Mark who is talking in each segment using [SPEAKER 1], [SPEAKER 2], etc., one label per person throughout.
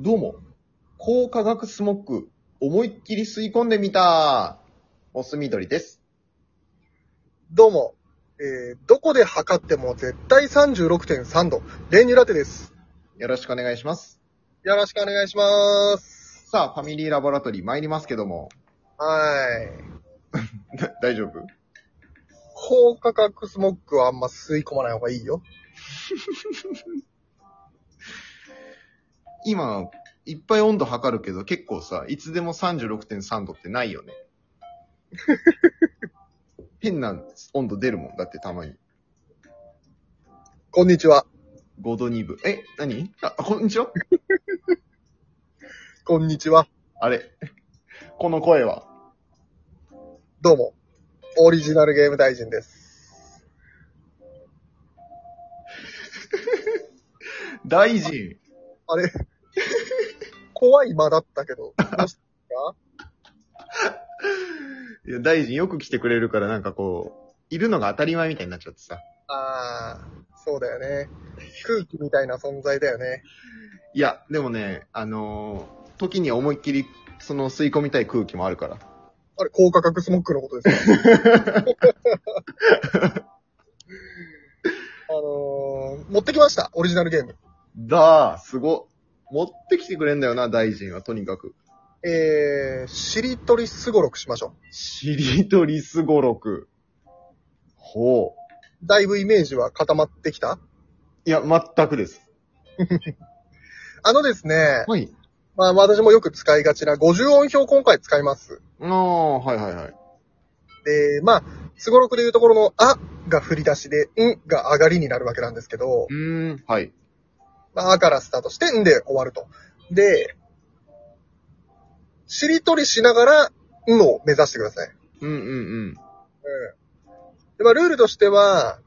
[SPEAKER 1] どうも、高化学スモッグ、思いっきり吸い込んでみた、モス緑です。
[SPEAKER 2] どうも、えー、どこで測っても絶対36.3度、練乳ラテです。
[SPEAKER 1] よろしくお願いします。
[SPEAKER 2] よろしくお願いします。
[SPEAKER 1] さあ、ファミリーラボラトリー参りますけども、
[SPEAKER 2] はーい。
[SPEAKER 1] だ大丈夫
[SPEAKER 2] 高価格スモッグはあんま吸い込まない方がいいよ。
[SPEAKER 1] 今、いっぱい温度測るけど、結構さ、いつでも36.3度ってないよね。 変な温度出るもんだってたまに。
[SPEAKER 2] こんにちは。
[SPEAKER 1] 5度2分。え、何あ、こんにちは
[SPEAKER 2] こんにちは。
[SPEAKER 1] あれ。この声は。
[SPEAKER 2] どうも、オリジナルゲーム大臣です。
[SPEAKER 1] 大臣。
[SPEAKER 2] あれ怖い間だったけど、 どうした
[SPEAKER 1] いや、大臣よく来てくれるから、なんかこう、いるのが当たり前みたいになっちゃってさ。
[SPEAKER 2] あー、そうだよね。空気みたいな存在だよね。
[SPEAKER 1] いや、でもね、あのー時には思いっきり、その吸い込みたい空気もあるから。
[SPEAKER 2] あれ、高価格スモックのことですかあのー、持ってきました、オリジナルゲーム。
[SPEAKER 1] だー、すご。持ってきてくれんだよな、大臣は、とにかく。
[SPEAKER 2] えー、しりとりすごろくしましょ
[SPEAKER 1] しりとりすごろく。ほう。
[SPEAKER 2] う。だいぶイメージは固まってきた
[SPEAKER 1] いや、全くです。
[SPEAKER 2] あのですね、
[SPEAKER 1] はい。
[SPEAKER 2] まあ私もよく使いがちな50音表今回使います。
[SPEAKER 1] あー、はいはいはい。
[SPEAKER 2] で、まあ、すごろくでいうところのあが振り出しで、んが上がりになるわけなんですけど、
[SPEAKER 1] うーん、はい。
[SPEAKER 2] まあ、あからスタートして、んで終わると。で、しりとりしながら、んを目指してください。
[SPEAKER 1] うんうん
[SPEAKER 2] うん。で、まあ、ルールとしては、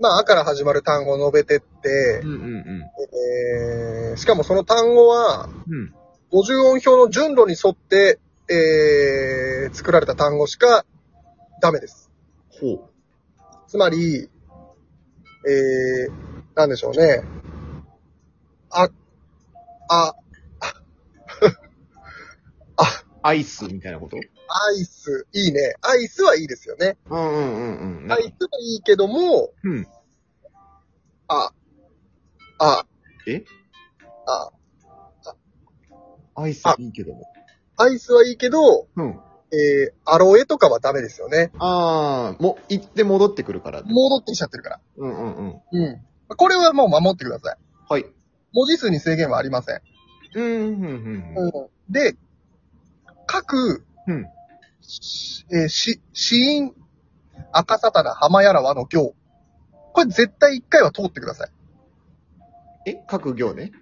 [SPEAKER 2] まあ、あから始まる単語を述べてって
[SPEAKER 1] うん。う、んうん
[SPEAKER 2] えー、しかもその単語は、
[SPEAKER 1] うん。うん。
[SPEAKER 2] 50音表の順路に沿って、えー、作られた単語しかダメです。
[SPEAKER 1] ほ
[SPEAKER 2] つまり、えー、なんでしょうね。あ、あ、
[SPEAKER 1] う。アイスみたいなこと
[SPEAKER 2] アイス、いいね。アイスはいいですよね。
[SPEAKER 1] うんうんうんうん。
[SPEAKER 2] アイスはいいけども、
[SPEAKER 1] うん。
[SPEAKER 2] あ、あ、
[SPEAKER 1] え
[SPEAKER 2] あ、
[SPEAKER 1] アイスはいいけども。
[SPEAKER 2] アイスはいいけど、
[SPEAKER 1] うん。
[SPEAKER 2] えー、アロエとかはダメですよね。
[SPEAKER 1] あー、も、行って戻ってくるから。
[SPEAKER 2] 戻ってきちゃってるから。
[SPEAKER 1] うんうんうん。
[SPEAKER 2] うん。これはもう守ってください。
[SPEAKER 1] はい。
[SPEAKER 2] 文字数に制限はありません。
[SPEAKER 1] うん、うん、うん。
[SPEAKER 2] で、各、
[SPEAKER 1] うん。
[SPEAKER 2] えー、し、死因、赤さたな、浜やらわの行。これ絶対一回は通ってください。
[SPEAKER 1] え各行ね。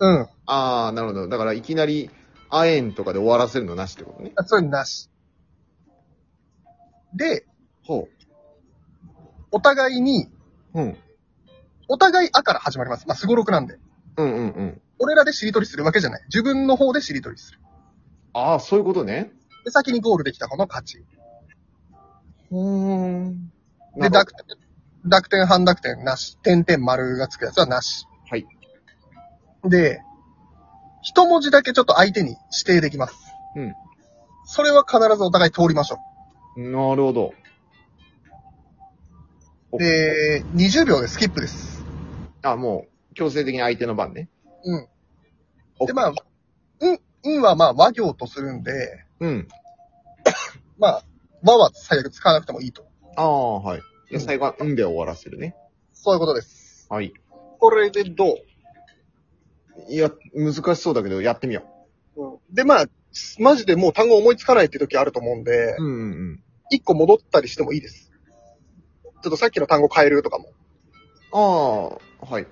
[SPEAKER 2] うん。
[SPEAKER 1] ああ、なるほど。だから、いきなり、あえんとかで終わらせるのなしってことね。
[SPEAKER 2] あそれなし。で、
[SPEAKER 1] ほ
[SPEAKER 2] お互いに、
[SPEAKER 1] う。うん。
[SPEAKER 2] お互いあから始まります。まあ、すごろくなんで。
[SPEAKER 1] うんうんうん。
[SPEAKER 2] 俺らでしりとりするわけじゃない。自分の方でしりとりする。
[SPEAKER 1] ああ、そういうことね。
[SPEAKER 2] で、先にゴールできた方の勝ち。
[SPEAKER 1] うん。
[SPEAKER 2] で、
[SPEAKER 1] だ
[SPEAKER 2] 濁点、濁点、半濁点なし。点々丸がつくやつはなし。
[SPEAKER 1] はい。
[SPEAKER 2] で、一文字だけちょっと相手に指定できます。
[SPEAKER 1] うん。
[SPEAKER 2] それは必ずお互い通りましょ
[SPEAKER 1] なるほど。
[SPEAKER 2] う。で、20秒でスキップです。
[SPEAKER 1] あもう、強制的に相手の番ね。
[SPEAKER 2] うん。
[SPEAKER 1] お
[SPEAKER 2] で、まあ、うん、うんはまあ和行とするんで、
[SPEAKER 1] うん。
[SPEAKER 2] まあ、和は最悪使わなくてもいいと。
[SPEAKER 1] ああ、はい。
[SPEAKER 2] う
[SPEAKER 1] で、
[SPEAKER 2] ん
[SPEAKER 1] 最後は、うんで終わらせるね。
[SPEAKER 2] そういうことです。
[SPEAKER 1] はい。
[SPEAKER 2] これでどう
[SPEAKER 1] いや、難しそうだけど、やってみよ
[SPEAKER 2] で、まあ、マジでもう単語思いつかないって時あると思うんで
[SPEAKER 1] う。、うんうんうん。
[SPEAKER 2] 一個戻ったりしてもいいです。ちょっとさっきの単語変えるとかも。
[SPEAKER 1] ああ、はい。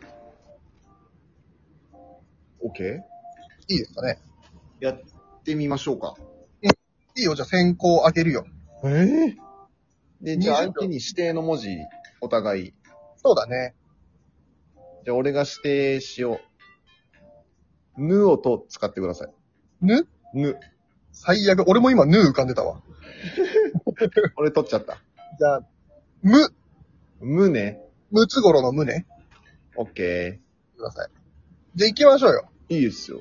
[SPEAKER 1] OK?
[SPEAKER 2] いいですかね。
[SPEAKER 1] やってみましょうか。
[SPEAKER 2] いいよ、じゃあ先行あげるよ。
[SPEAKER 1] ええで、じゃあ相手に指定の文字、お互い。
[SPEAKER 2] そうだね。
[SPEAKER 1] じゃあ俺が指定しよう。ぬをと使ってください。
[SPEAKER 2] ぬ
[SPEAKER 1] ぬ。
[SPEAKER 2] 最悪。俺も今、ぬ浮かんでたわ。
[SPEAKER 1] 俺取っちゃった。
[SPEAKER 2] じゃあ、む、
[SPEAKER 1] むね。
[SPEAKER 2] むつごろのむね。
[SPEAKER 1] オッケ
[SPEAKER 2] ください。じゃあ行きましょうよ。
[SPEAKER 1] ー。いいですよ。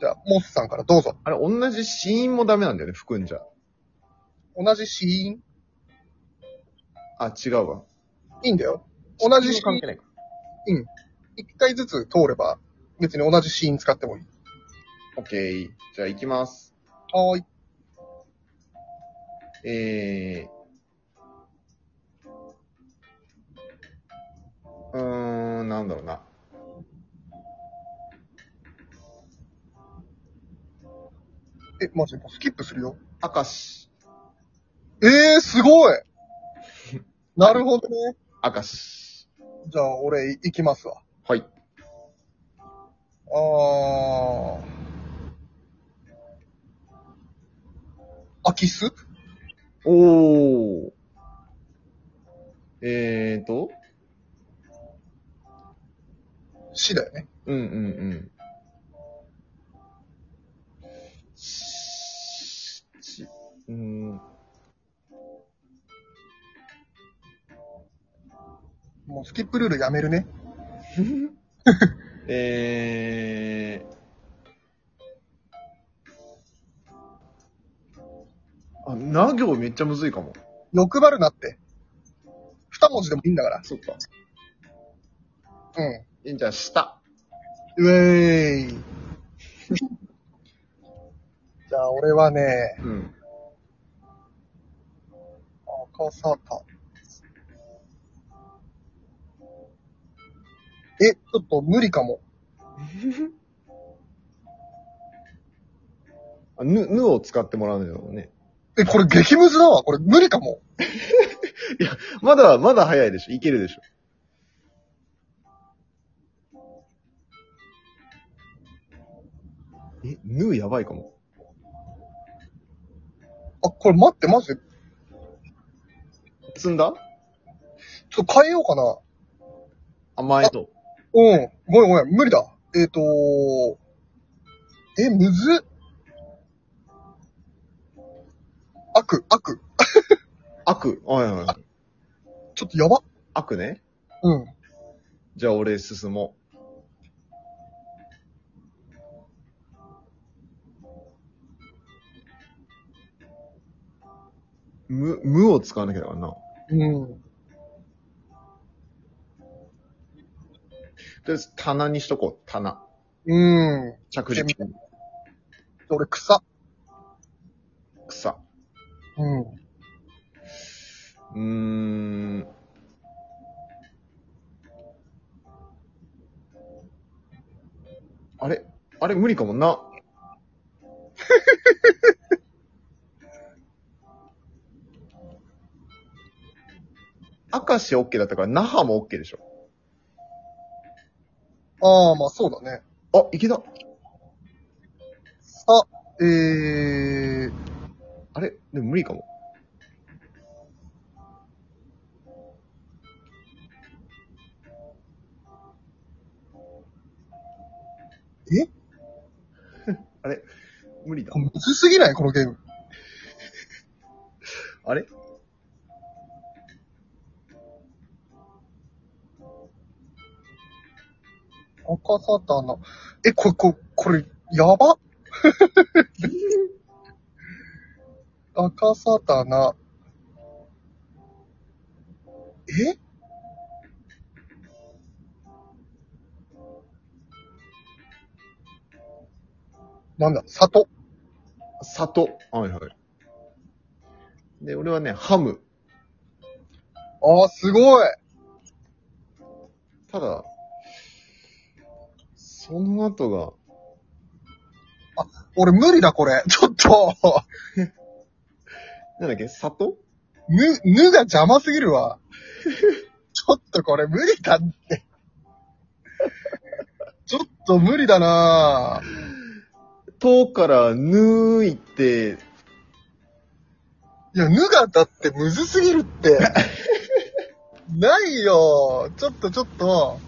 [SPEAKER 2] じゃあ、モスさんからどうぞ。
[SPEAKER 1] あれ、同じ死因もダメなんだよね、含んじゃ。
[SPEAKER 2] 同じ死因
[SPEAKER 1] あ、違うわ。
[SPEAKER 2] いいんだよ。同じ
[SPEAKER 1] 死
[SPEAKER 2] 死
[SPEAKER 1] 因関
[SPEAKER 2] 因
[SPEAKER 1] 係、ないか。
[SPEAKER 2] 一回ずつ通れば、別に同じ死因使ってもいい。
[SPEAKER 1] オッケー。じゃあ、行きます。
[SPEAKER 2] はーい。
[SPEAKER 1] えー、うーん、なんだろうな。
[SPEAKER 2] え、マジで、スキップするよ。
[SPEAKER 1] 明石。
[SPEAKER 2] ええー、すごい なるほどね。
[SPEAKER 1] 明石。
[SPEAKER 2] じゃあ、俺、行きますわ。
[SPEAKER 1] はい。
[SPEAKER 2] あー。空き巣
[SPEAKER 1] おー。えーと、
[SPEAKER 2] 死だよね。
[SPEAKER 1] うんうんうん。ししうん、
[SPEAKER 2] もうスキップルールやめるね。
[SPEAKER 1] えー、あ、な行めっちゃむずいかも。
[SPEAKER 2] 欲張るなって。二文字でもいいんだから。
[SPEAKER 1] そっか。
[SPEAKER 2] うん。
[SPEAKER 1] えじゃあ、下。
[SPEAKER 2] うえ ーい。じゃあ、俺はね、
[SPEAKER 1] うん。
[SPEAKER 2] 赤坂。え、ちょっと無理かも。
[SPEAKER 1] あぬ、ぬを使ってもらうのよね。
[SPEAKER 2] え、これ激ムズだわ。これ無理かも。
[SPEAKER 1] まだ、まだ早いでしょ。いけるでしょ。え、ぬやばいかも。
[SPEAKER 2] あ、これ待って、マジで。
[SPEAKER 1] 積んだ
[SPEAKER 2] ちょっと変えようかな。
[SPEAKER 1] あ、前と。
[SPEAKER 2] うん。ごめんごめん。無理だ。えっ、とえ、むずっ悪、悪。
[SPEAKER 1] 悪。はいはいはい。
[SPEAKER 2] ちょっとやば。
[SPEAKER 1] 悪ね。
[SPEAKER 2] うん。
[SPEAKER 1] じゃあ俺進もう。無、無を使わなきゃだからな。
[SPEAKER 2] うん。
[SPEAKER 1] とりあえず棚にしとこう。棚。
[SPEAKER 2] うん。
[SPEAKER 1] 着実に。
[SPEAKER 2] 俺、草。
[SPEAKER 1] 草。
[SPEAKER 2] うん。
[SPEAKER 1] うーん。あれあれ無理かもな。 明石 OK だったから、那覇も OK でしょ。
[SPEAKER 2] ああ、まあそうだね。
[SPEAKER 1] あ、いけた。
[SPEAKER 2] さ、えー、
[SPEAKER 1] あれでも無理かも。
[SPEAKER 2] え
[SPEAKER 1] あれ無理だ。
[SPEAKER 2] むずすぎないこのゲーム。
[SPEAKER 1] あれ
[SPEAKER 2] 赤サタナ。え、これ、これ、これ、やば 赤サタナ。えなんだ、里。
[SPEAKER 1] 里。はいはい。で、俺はね、ハム。
[SPEAKER 2] ああ、すごい。
[SPEAKER 1] ただ、その後が、
[SPEAKER 2] 俺無理だ、これ。 ちょっと。
[SPEAKER 1] なんだっけ里
[SPEAKER 2] ぬ、ぬが邪魔すぎるわ。 ちょっとこれ無理だって。 ちょっと無理だなぁ。
[SPEAKER 1] とから抜いて、
[SPEAKER 2] いや、ぬがだってむずすぎるって。 ないよちょっとちょっと。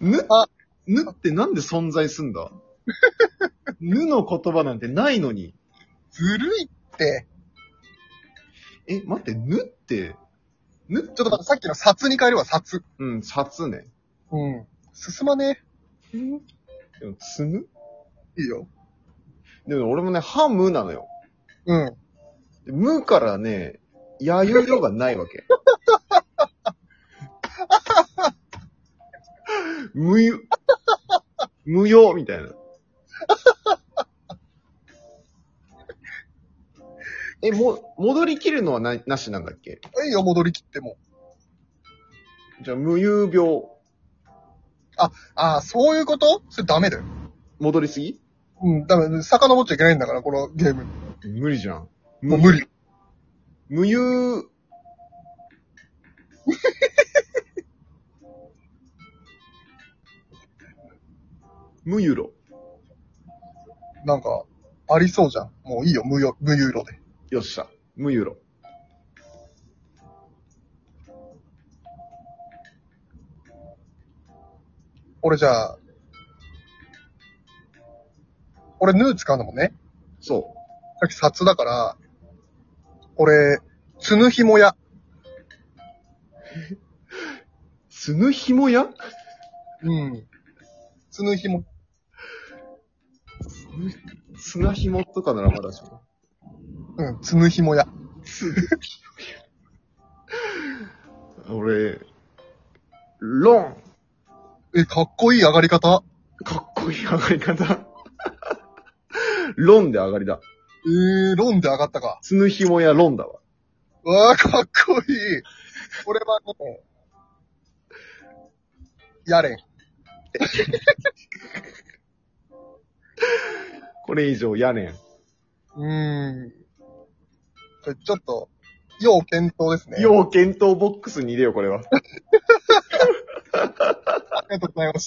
[SPEAKER 1] ぬ
[SPEAKER 2] あ、
[SPEAKER 1] ぬってなんで存在すんだ ぬの言葉なんてないのに。
[SPEAKER 2] ずるいって。
[SPEAKER 1] え、待って、ぬって、ぬ
[SPEAKER 2] ちょっと待ってさっきの札に変えるわ、札。
[SPEAKER 1] うん、札ね。
[SPEAKER 2] うん。進まね
[SPEAKER 1] でも、つぬ
[SPEAKER 2] いいよ。
[SPEAKER 1] でも俺もね、ハムなのよ。
[SPEAKER 2] うん。
[SPEAKER 1] でムからね、弥生量がないわけ。 無用。無用みたいな。え、も、戻りきるのはな、なしなんだっけ
[SPEAKER 2] いいよ、戻り切っても。
[SPEAKER 1] じゃあ、無遊病、
[SPEAKER 2] ああ、そういうことそれダメだよ。
[SPEAKER 1] 戻りすぎ
[SPEAKER 2] うん、ダメ。遡っちゃいけないんだから、このゲーム。
[SPEAKER 1] 無理じゃん。
[SPEAKER 2] もう無理。
[SPEAKER 1] 無遊、 無ユロ。
[SPEAKER 2] なんか、ありそうじゃん。もういいよ、無よ無ユーロで。
[SPEAKER 1] よっしゃ。無ユロ。
[SPEAKER 2] 俺じゃあ、俺ヌー使うのもね。
[SPEAKER 1] そ
[SPEAKER 2] さっき札だから、俺、つぬひもや。
[SPEAKER 1] う。つぬひもや
[SPEAKER 2] うん。つぬひも。
[SPEAKER 1] つなひもとかならまだしも。
[SPEAKER 2] うん、つぬひもや。
[SPEAKER 1] 俺、ロン。
[SPEAKER 2] え、かっこいい上がり方。
[SPEAKER 1] かっこいい上がり方。ロンで上がりだ。
[SPEAKER 2] えー、ロンで上がったか。
[SPEAKER 1] つぬひもやロンだわ。
[SPEAKER 2] わー、かっこいい。俺はもう、やれん。
[SPEAKER 1] これ以上やねん。
[SPEAKER 2] うーん。これちょっと、要検討ですね。
[SPEAKER 1] 要検討ボックスに入れよう、これは。
[SPEAKER 2] ありがとうございました。